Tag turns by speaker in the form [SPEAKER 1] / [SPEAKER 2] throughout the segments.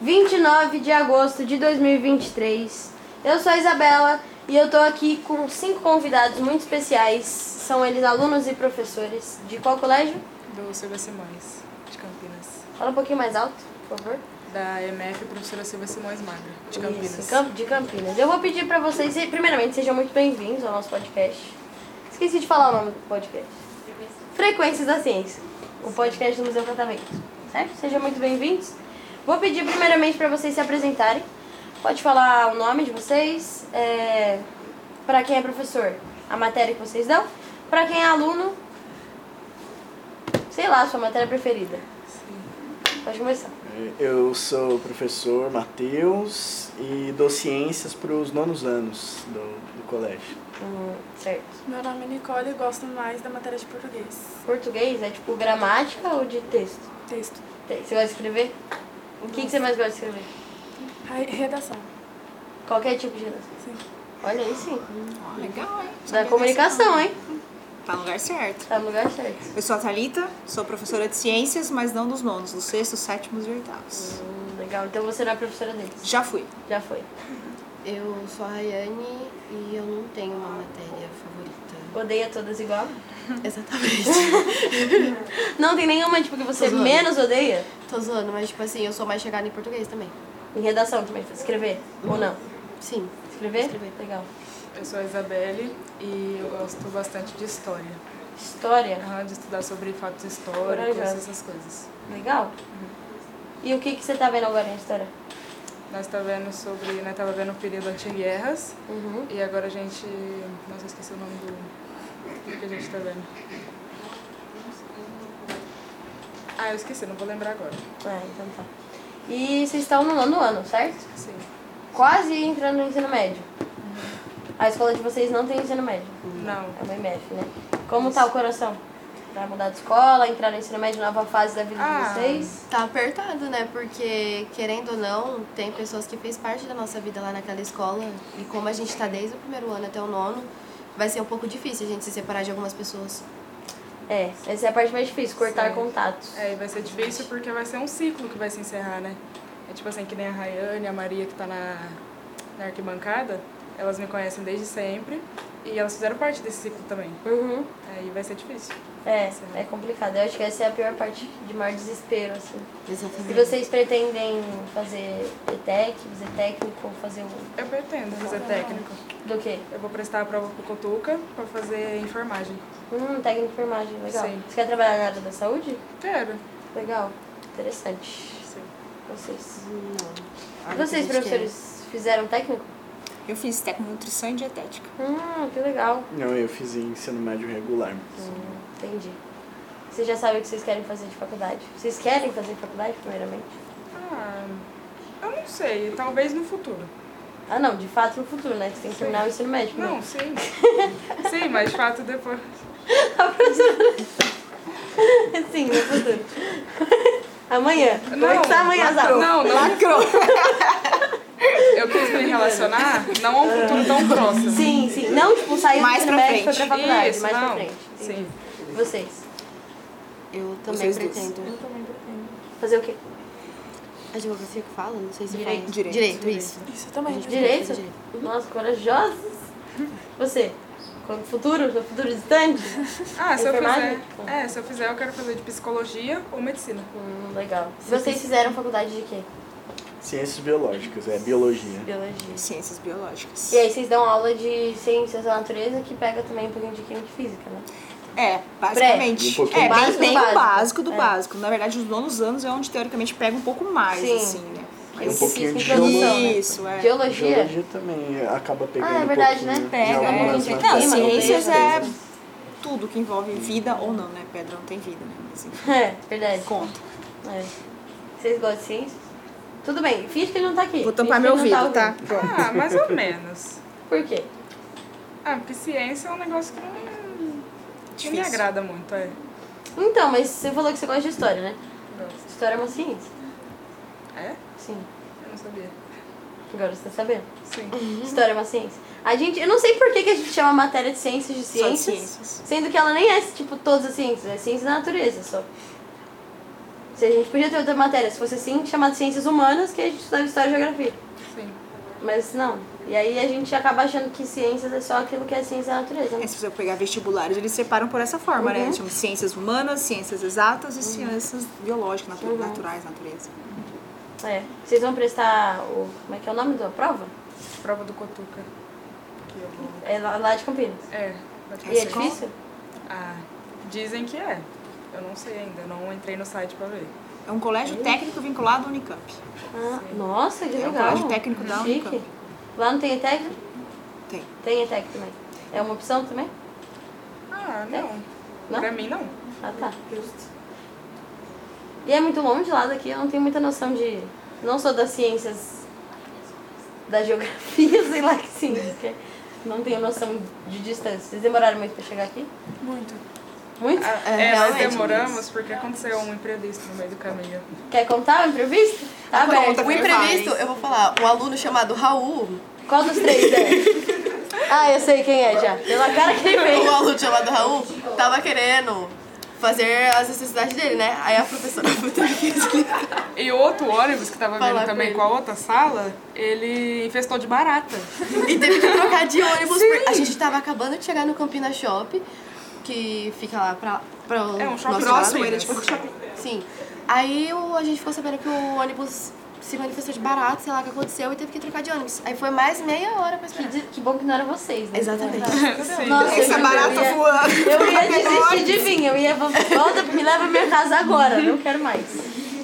[SPEAKER 1] 29 de agosto de 2023. Eu sou a Isabela e eu tô aqui com cinco convidados muito especiais. São eles alunos e professores de qual colégio?
[SPEAKER 2] do Silva Simões, de Campinas.
[SPEAKER 1] Fala um pouquinho mais alto, por favor.
[SPEAKER 2] Da MF Professora Silva Simões Magra, de Campinas.
[SPEAKER 1] Isso, Camp- de Campinas. Eu vou pedir pra vocês, se- primeiramente, sejam muito bem-vindos ao nosso podcast. Esqueci de falar o nome do podcast. Frequências da Ciência, o podcast do Museu Catavento. Certo? Sejam muito bem-vindos. Vou pedir primeiramente pra vocês se apresentarem. Pode falar o nome de vocês, é, para quem é professor, a matéria que vocês dão, pra quem é aluno, sei lá, a sua matéria preferida.
[SPEAKER 2] Sim.
[SPEAKER 1] Pode começar.
[SPEAKER 3] Eu sou o professor Matheus e dou ciências para os nonos anos do, do colégio.
[SPEAKER 1] Hum, certo.
[SPEAKER 4] Meu nome é Nicole e gosto mais da matéria de português.
[SPEAKER 1] Português é tipo gramática ou de texto?
[SPEAKER 4] Texto.
[SPEAKER 1] Tem. Você gosta de escrever? O que, que você mais gosta de escrever?
[SPEAKER 4] Ai, Redação.
[SPEAKER 1] Qualquer tipo de redação.
[SPEAKER 4] Sim.
[SPEAKER 1] Olha aí sim.
[SPEAKER 5] Legal, hein?
[SPEAKER 1] Da comunicação, hein?
[SPEAKER 5] Tá no lugar certo.
[SPEAKER 1] Tá no lugar certo.
[SPEAKER 5] Eu sou a Thalita, sou professora de ciências, mas não dos nonos, dos sextos, sétimos e oitavos.
[SPEAKER 1] Hum, legal. Então você não é professora deles.
[SPEAKER 5] Já fui.
[SPEAKER 1] Já foi.
[SPEAKER 6] Eu sou a Rayane e eu não tenho uma matéria favorita.
[SPEAKER 1] Odeia todas igual?
[SPEAKER 6] Uhum. Exatamente.
[SPEAKER 1] Não tem nenhuma tipo que você
[SPEAKER 6] Todas.
[SPEAKER 1] menos odeia?
[SPEAKER 6] Tô zoando, mas tipo assim, eu sou mais chegada em português também.
[SPEAKER 1] Em redação também. tipo, Escrever ou não?
[SPEAKER 6] Sim.
[SPEAKER 1] Escrever?
[SPEAKER 6] Escrever.
[SPEAKER 1] Legal.
[SPEAKER 2] Eu sou a Isabelle e eu gosto bastante de história.
[SPEAKER 1] História?
[SPEAKER 2] Aham, De estudar sobre fatos históricos,
[SPEAKER 1] Maravilhoso.
[SPEAKER 2] essas coisas.
[SPEAKER 1] Legal. E o que, que você tá vendo agora em história?
[SPEAKER 2] Nós tá vendo sobre. Nós tava vendo o período anti-guerras
[SPEAKER 1] Uhum.
[SPEAKER 2] e agora a gente. Nossa, eu esqueci o nome do. do que a gente tá vendo. Ah, eu esqueci, não vou lembrar agora.
[SPEAKER 1] Ah, então tá. E vocês estão no nono ano, certo?
[SPEAKER 2] Sim.
[SPEAKER 1] Quase entrando no ensino médio. A escola de vocês não tem ensino médio.
[SPEAKER 2] Não.
[SPEAKER 1] É o IMF, né? Como tá o coração? Pra mudar de escola, entrar no ensino médio, nova fase da vida
[SPEAKER 2] Ah.
[SPEAKER 1] de vocês?
[SPEAKER 6] Tá apertado, né? Porque, querendo ou não, tem pessoas que fez parte da nossa vida lá naquela escola. E como a gente tá desde o primeiro ano até o nono, vai ser um pouco difícil a gente se separar de algumas pessoas.
[SPEAKER 1] É, essa é a parte mais difícil, cortar
[SPEAKER 2] Sim.
[SPEAKER 1] contatos.
[SPEAKER 2] É, e vai ser difícil porque vai ser um ciclo que vai se encerrar, né? É tipo assim, que nem a Rayane, a Maria que tá na, na arquibancada, elas me conhecem desde sempre e elas fizeram parte desse ciclo também.
[SPEAKER 1] Uhum.
[SPEAKER 2] Aí vai ser difícil.
[SPEAKER 1] É,
[SPEAKER 2] Sim.
[SPEAKER 1] é complicado. Eu acho que essa é a pior parte de maior desespero, assim. Se
[SPEAKER 6] Exatamente.
[SPEAKER 1] vocês pretendem fazer ETEC, fazer técnico, fazer o...
[SPEAKER 2] Eu pretendo fazer técnico.
[SPEAKER 1] do quê?
[SPEAKER 2] Eu vou prestar a prova pro Cotuca pra fazer enfermagem.
[SPEAKER 1] Hum, técnico de enfermagem, legal.
[SPEAKER 2] Sim.
[SPEAKER 1] Você quer trabalhar na área da saúde?
[SPEAKER 2] Quero.
[SPEAKER 1] Legal, interessante.
[SPEAKER 2] Sim.
[SPEAKER 1] Vocês.
[SPEAKER 6] Não.
[SPEAKER 1] E vocês, professores, fizeram técnico?
[SPEAKER 5] Eu fiz técnico em nutrição e dietética.
[SPEAKER 1] Hum, que legal.
[SPEAKER 3] Não, eu fiz em ensino médio regular.
[SPEAKER 1] Entendi. Vocês já sabem o que vocês querem fazer de faculdade? Vocês querem fazer faculdade, primeiramente?
[SPEAKER 2] Ah, eu não sei. Talvez no futuro.
[SPEAKER 1] Ah, não, de fato no futuro, né? Você tem que terminar o ensino médio. né? primeiro.
[SPEAKER 2] Não, sim. sim, mas de fato depois.
[SPEAKER 1] Sim, no futuro. amanhã. Como é que tá amanhã as aulas?
[SPEAKER 2] Não, não. Eu quis me relacionar não a um futuro tão próximo.
[SPEAKER 1] Sim, sim. Não, tipo, saiu
[SPEAKER 5] Mais
[SPEAKER 1] do ensino
[SPEAKER 5] pra
[SPEAKER 1] médio e foi
[SPEAKER 5] frente.
[SPEAKER 1] pra faculdade.
[SPEAKER 2] Isso,
[SPEAKER 1] mais pra
[SPEAKER 2] não.
[SPEAKER 1] frente.
[SPEAKER 2] Sim.
[SPEAKER 1] Entendi. Vocês.
[SPEAKER 6] Eu também
[SPEAKER 5] Vocês duas.
[SPEAKER 6] pretendo.
[SPEAKER 1] Fazer o quê?
[SPEAKER 6] Advocacia que fala? Não sei se
[SPEAKER 1] Direito.
[SPEAKER 6] fala.
[SPEAKER 5] Direito.
[SPEAKER 6] Direito, isso.
[SPEAKER 4] Isso eu também.
[SPEAKER 1] Direito? Nossa, corajosos. Você? Quando futuro? Seu futuro distante?
[SPEAKER 2] Ah, se eu
[SPEAKER 1] Enfermagem?
[SPEAKER 2] fizer. É, se eu fizer, eu quero fazer de psicologia ou medicina.
[SPEAKER 1] Hum, legal. Vocês fizeram faculdade de quê?
[SPEAKER 3] Ciências biológicas, é biologia.
[SPEAKER 1] Biologia.
[SPEAKER 5] Ciências biológicas.
[SPEAKER 1] E aí vocês dão aula de ciências da natureza que pega também um pouquinho de química e física, né?
[SPEAKER 5] É, basicamente.
[SPEAKER 3] E um pouquinho
[SPEAKER 5] é,
[SPEAKER 1] do
[SPEAKER 5] bem,
[SPEAKER 1] básico.
[SPEAKER 5] bem o básico do
[SPEAKER 1] É.
[SPEAKER 5] básico. Na verdade, os nonos anos é onde teoricamente pega um pouco mais,
[SPEAKER 1] Sim.
[SPEAKER 5] assim, né?
[SPEAKER 3] E um
[SPEAKER 1] Esse
[SPEAKER 3] pouquinho de
[SPEAKER 1] física e produção, né?
[SPEAKER 3] geologia.
[SPEAKER 5] Isso, é.
[SPEAKER 1] Geologia?
[SPEAKER 3] Geologia também acaba pegando
[SPEAKER 1] Ah, é verdade,
[SPEAKER 3] um pouquinho
[SPEAKER 1] né?
[SPEAKER 3] de
[SPEAKER 5] Pega,
[SPEAKER 3] algumas
[SPEAKER 5] é.
[SPEAKER 1] de
[SPEAKER 3] matérias.
[SPEAKER 5] Não,
[SPEAKER 1] clima, não
[SPEAKER 5] ciências
[SPEAKER 1] tem
[SPEAKER 5] é tudo que envolve vida ou não, né? Pedra não tem vida, né? Mas enfim,
[SPEAKER 1] É, verdade.
[SPEAKER 5] conta.
[SPEAKER 1] É. Vocês gostam de ciências? Tudo bem, finge que ele não tá aqui.
[SPEAKER 5] Vou tampar
[SPEAKER 1] Finge que
[SPEAKER 5] meu
[SPEAKER 1] ele não
[SPEAKER 5] ouvido, tá?
[SPEAKER 1] ouvindo.
[SPEAKER 2] Ah, mais ou menos.
[SPEAKER 1] Por quê?
[SPEAKER 2] Ah, porque ciência é um negócio que não, que não me
[SPEAKER 5] Difícil.
[SPEAKER 2] agrada muito, é.
[SPEAKER 1] Então, mas você falou que você gosta de história, né? História é uma ciência.
[SPEAKER 2] É?
[SPEAKER 1] Sim.
[SPEAKER 2] Eu não sabia.
[SPEAKER 1] Agora você tá sabendo.
[SPEAKER 2] Sim.
[SPEAKER 1] História é uma ciência. A gente, eu não sei por que, que a gente chama a matéria de ciências de
[SPEAKER 5] Só de
[SPEAKER 1] ciências, sendo que ela nem é tipo todas as ciências, é ciência da natureza só. Se a gente podia ter outra matéria, se fosse assim, chamada ciências humanas, que a gente estudava história e geografia.
[SPEAKER 2] Sim.
[SPEAKER 1] Mas não. E aí a gente acaba achando que ciências é só aquilo que é ciência da natureza. né?
[SPEAKER 5] É, se você pegar vestibulares, eles separam por essa forma, né?
[SPEAKER 1] Uhum.
[SPEAKER 5] Eles chamam ciências humanas, ciências exatas e ciências biológicas, natu- naturais, natureza.
[SPEAKER 1] É. Vocês vão prestar o. Como é que é o nome da prova?
[SPEAKER 2] Prova do Cotuca. Que eu vou...
[SPEAKER 1] É lá lá de Campinas.
[SPEAKER 2] É. vai ter
[SPEAKER 1] E é
[SPEAKER 2] que ser.
[SPEAKER 1] difícil?
[SPEAKER 2] Ah, dizem que é. Eu não sei ainda, não entrei no site pra ver.
[SPEAKER 5] É um colégio técnico vinculado à Unicamp.
[SPEAKER 1] Ah, nossa, que
[SPEAKER 5] É um
[SPEAKER 1] legal.
[SPEAKER 5] colégio técnico da
[SPEAKER 1] Chique.
[SPEAKER 5] Unicamp.
[SPEAKER 1] Lá não tem ETEC?
[SPEAKER 5] Tem.
[SPEAKER 1] Tem ETEC também. É uma opção também?
[SPEAKER 2] Ah, não.
[SPEAKER 1] É? Não?
[SPEAKER 2] Pra mim, não.
[SPEAKER 1] Ah, tá. E é muito longe lá daqui, eu não tenho muita noção de. Não sou das ciências. da geografia, sei lá que ciência. que é. Não tenho noção de distância. Vocês demoraram muito pra chegar aqui?
[SPEAKER 4] Muito.
[SPEAKER 1] Muito?
[SPEAKER 2] Ah,
[SPEAKER 6] É,
[SPEAKER 2] é, nós
[SPEAKER 6] realmente,
[SPEAKER 2] demoramos porque aconteceu um imprevisto no meio do caminho.
[SPEAKER 1] Quer contar o imprevisto? Tá aberto.
[SPEAKER 6] É, O imprevisto, eu vou falar, o aluno chamado Raul,
[SPEAKER 1] Qual dos três é? ah, eu sei quem é já. Pela cara que ele
[SPEAKER 6] o
[SPEAKER 1] fez.
[SPEAKER 6] aluno chamado Raul, tava querendo fazer as necessidades dele, né? Aí a professora foi ter que explicar.
[SPEAKER 2] E o outro ônibus que tava
[SPEAKER 6] Falar
[SPEAKER 2] vindo
[SPEAKER 6] com
[SPEAKER 2] também
[SPEAKER 6] ele.
[SPEAKER 2] com a outra sala, ele infestou de barata.
[SPEAKER 6] E teve que trocar de ônibus. porque A gente tava acabando de chegar no Campina Shop, que fica lá pra. pra
[SPEAKER 2] É um shopping
[SPEAKER 5] Próximo,
[SPEAKER 2] Nossa,
[SPEAKER 5] ele é
[SPEAKER 2] Minas.
[SPEAKER 5] tipo um shopping.
[SPEAKER 6] Sim. Aí o- a gente ficou sabendo que o ônibus se manifestou de barato, sei lá o que aconteceu, e teve que trocar de ônibus. Aí foi mais meia hora pra
[SPEAKER 1] Que,
[SPEAKER 6] esperar.
[SPEAKER 1] de- que bom que não eram vocês, né?
[SPEAKER 6] Exatamente.
[SPEAKER 1] Nossa,
[SPEAKER 5] Essa
[SPEAKER 1] eu
[SPEAKER 5] barata
[SPEAKER 1] ia-
[SPEAKER 5] voando.
[SPEAKER 1] Eu ia desistir de vir, eu ia, volta, me leva pra minha casa agora, não quero mais.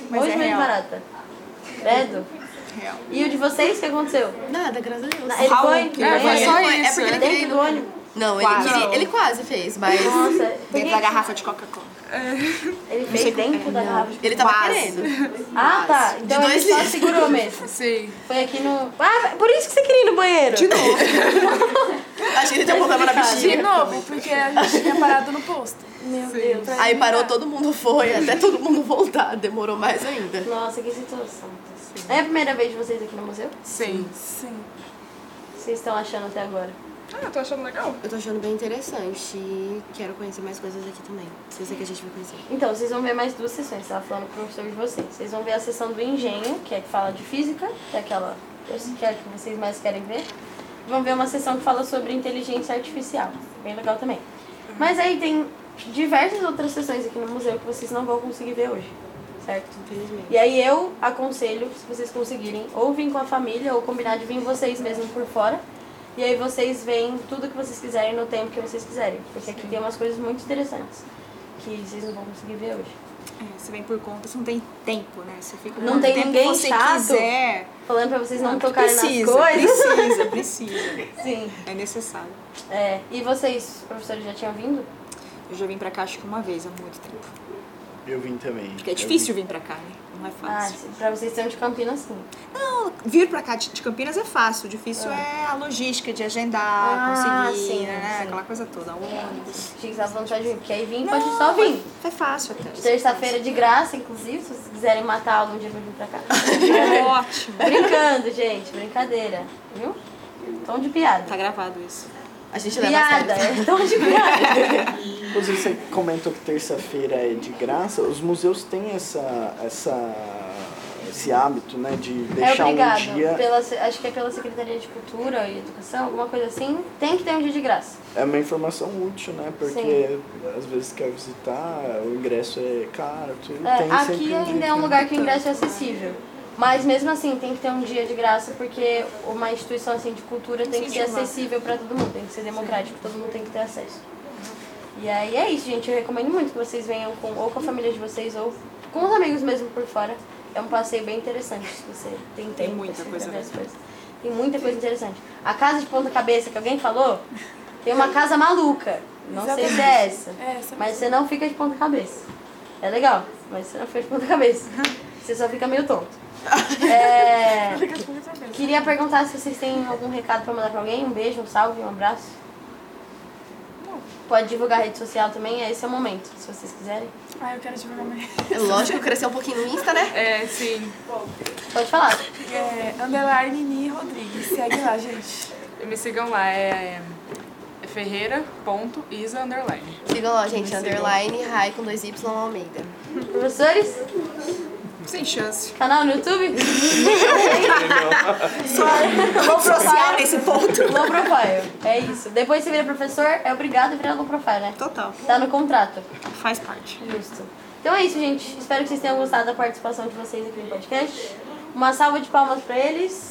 [SPEAKER 5] Mas
[SPEAKER 1] Hoje
[SPEAKER 5] é
[SPEAKER 1] mesmo
[SPEAKER 5] real.
[SPEAKER 1] barata. Credo.
[SPEAKER 5] Real.
[SPEAKER 1] E o de vocês, o que aconteceu?
[SPEAKER 6] Nada, graças a Deus.
[SPEAKER 1] Ele
[SPEAKER 5] Raul,
[SPEAKER 1] foi?
[SPEAKER 5] que
[SPEAKER 1] Ele
[SPEAKER 2] É, foi
[SPEAKER 1] foi?
[SPEAKER 2] só
[SPEAKER 6] Ele foi- é
[SPEAKER 2] isso.
[SPEAKER 6] porque
[SPEAKER 2] né?
[SPEAKER 6] ele-
[SPEAKER 1] Dentro do ônibus?
[SPEAKER 6] Não, ele,
[SPEAKER 5] Quase.
[SPEAKER 6] queria- ele quase fez, mas.
[SPEAKER 1] Nossa, por
[SPEAKER 5] Dentro
[SPEAKER 1] que-
[SPEAKER 5] da garrafa de Coca-Cola.
[SPEAKER 1] ele fez
[SPEAKER 5] é.
[SPEAKER 1] dentro da garrafa.
[SPEAKER 6] Ele tava
[SPEAKER 5] Quase.
[SPEAKER 6] querendo.
[SPEAKER 1] Ah, tá. Então
[SPEAKER 6] De
[SPEAKER 1] ele
[SPEAKER 6] dois
[SPEAKER 1] só
[SPEAKER 6] litros.
[SPEAKER 1] segurou mesmo.
[SPEAKER 2] Sim.
[SPEAKER 1] Foi aqui no... Ah, por isso que você queria ir no banheiro.
[SPEAKER 6] Acho que ele tem um problema na
[SPEAKER 4] De
[SPEAKER 6] bexiga.
[SPEAKER 4] novo, porque a gente tinha parado no posto. é
[SPEAKER 1] Meu Deus.
[SPEAKER 6] Aí parou, todo mundo foi, até todo mundo voltar. Demorou mais ainda.
[SPEAKER 1] Nossa, que situação. É a primeira vez de vocês aqui no museu?
[SPEAKER 2] Sim.
[SPEAKER 4] Sim.
[SPEAKER 1] O que vocês estão achando até agora?
[SPEAKER 2] Ah, eu tô achando legal.
[SPEAKER 6] Eu tô achando bem interessante e quero conhecer mais coisas aqui também. Se você que a gente vai conhecer.
[SPEAKER 1] Então, vocês vão ver mais duas sessões, tava falando pro professor de vocês. Vocês vão ver a sessão do engenho, que é que fala de física, que é aquela eu sei que é a que vocês mais querem ver. Vão ver uma sessão que fala sobre inteligência artificial, bem legal também. Mas aí tem diversas outras sessões aqui no museu que vocês não vão conseguir ver hoje, certo?
[SPEAKER 6] Infelizmente.
[SPEAKER 1] E aí eu aconselho, se vocês conseguirem, ou vir com a família, ou combinar de vir vocês mesmo por fora. E aí vocês veem tudo que vocês quiserem no tempo que vocês quiserem. Porque aqui tem umas coisas muito interessantes que vocês não vão conseguir ver hoje.
[SPEAKER 5] É, você vem por conta, você não tem tempo, né? Você fica
[SPEAKER 1] Não
[SPEAKER 5] quanto
[SPEAKER 1] tem
[SPEAKER 5] tempo
[SPEAKER 1] ninguém
[SPEAKER 5] você
[SPEAKER 1] chato?
[SPEAKER 5] quiser.
[SPEAKER 1] Falando pra vocês não,
[SPEAKER 5] Não,
[SPEAKER 1] tocarem
[SPEAKER 5] precisa,
[SPEAKER 1] nas coisas.
[SPEAKER 5] Precisa, precisa.
[SPEAKER 1] Sim.
[SPEAKER 5] É necessário.
[SPEAKER 1] É. E vocês, professores, já tinham vindo?
[SPEAKER 5] Eu já vim pra cá acho que uma vez há muito tempo.
[SPEAKER 3] Eu vim também.
[SPEAKER 5] Porque é
[SPEAKER 3] Eu
[SPEAKER 5] difícil vir pra cá, né? Não é
[SPEAKER 1] Ah,
[SPEAKER 5] fácil.
[SPEAKER 1] sim. pra vocês que são de Campinas, sim.
[SPEAKER 5] Não, vir pra cá de de Campinas é fácil. O difícil é, a logística de agendar,
[SPEAKER 1] Ah,
[SPEAKER 5] conseguir,
[SPEAKER 1] sim,
[SPEAKER 5] né?
[SPEAKER 1] sim.
[SPEAKER 5] Aquela coisa toda. O ônibus.
[SPEAKER 1] Achei que você tava falando só de vir, porque aí vim pode só vir.
[SPEAKER 5] É fácil até.
[SPEAKER 1] Terça-feira de graça, inclusive, se vocês quiserem matar aula um dia pra vir pra cá.
[SPEAKER 5] Ótimo.
[SPEAKER 1] Brincando, gente, brincadeira, viu? Tom de piada.
[SPEAKER 5] Tá gravado isso.
[SPEAKER 6] A gente leva a
[SPEAKER 1] Piada,
[SPEAKER 6] sério.
[SPEAKER 1] é tom de piada.
[SPEAKER 3] Inclusive, você comentou que terça-feira é de graça. Os museus têm essa, essa, esse hábito, né, de
[SPEAKER 1] É
[SPEAKER 3] deixar
[SPEAKER 1] obrigado.
[SPEAKER 3] um dia.
[SPEAKER 1] Pela, se- acho que é pela Secretaria de Cultura e Educação, alguma coisa assim. Tem que ter um dia de graça.
[SPEAKER 3] É uma informação útil, né? Porque às vezes quer visitar, o ingresso é caro, tudo.
[SPEAKER 1] É,
[SPEAKER 3] tem sempre
[SPEAKER 1] aqui
[SPEAKER 3] um
[SPEAKER 1] ainda
[SPEAKER 3] dia
[SPEAKER 1] é um lugar que o
[SPEAKER 3] tá.
[SPEAKER 1] ingresso é acessível. Mas mesmo assim, tem que ter um dia de graça, porque uma instituição assim de cultura tem que ser
[SPEAKER 5] Incentivar.
[SPEAKER 1] acessível para todo mundo, tem que ser democrático, todo mundo tem que ter acesso.
[SPEAKER 5] Uhum.
[SPEAKER 1] E aí é isso, gente. Eu recomendo muito que vocês venham com, ou com a família de vocês ou com os amigos mesmo por fora. É um passeio bem interessante, se você tem tempo.
[SPEAKER 5] Tem muita
[SPEAKER 1] assim, pra
[SPEAKER 5] coisa
[SPEAKER 1] ver as
[SPEAKER 5] mesmo.
[SPEAKER 1] coisas. Tem muita coisa interessante. A casa de ponta cabeça que alguém falou, tem uma casa maluca. Não sei se é essa.
[SPEAKER 4] É, essa
[SPEAKER 1] Mas você não fica de ponta cabeça. É legal, mas você não fica de ponta cabeça. Você só fica meio tonto. É, Queria perguntar se vocês têm algum recado pra mandar pra alguém. Um beijo, um salve, um abraço. Pode divulgar a rede social também, esse é o momento, se vocês quiserem.
[SPEAKER 4] Ah, eu quero divulgar minha
[SPEAKER 6] É Lógico, cresceu um pouquinho no Insta, né?
[SPEAKER 2] É, sim.
[SPEAKER 1] Pode falar.
[SPEAKER 4] É, underline Ni Rodrigues. Segue lá, gente.
[SPEAKER 2] Me sigam lá, é, é ferreira.isa underline.
[SPEAKER 6] Sigam lá, gente, underline, Rai com dois Y Almeida.
[SPEAKER 1] Professores?
[SPEAKER 2] Sem chance.
[SPEAKER 1] Canal no YouTube?
[SPEAKER 5] Vou social nesse ponto.
[SPEAKER 1] Low profile. É isso. Depois você vira professor, é obrigado a virar low profile, né?
[SPEAKER 5] Total.
[SPEAKER 1] Tá no contrato.
[SPEAKER 5] Faz parte.
[SPEAKER 1] Justo. Então é isso, gente. Espero que vocês tenham gostado da participação de vocês aqui no podcast. Uma salva de palmas pra eles.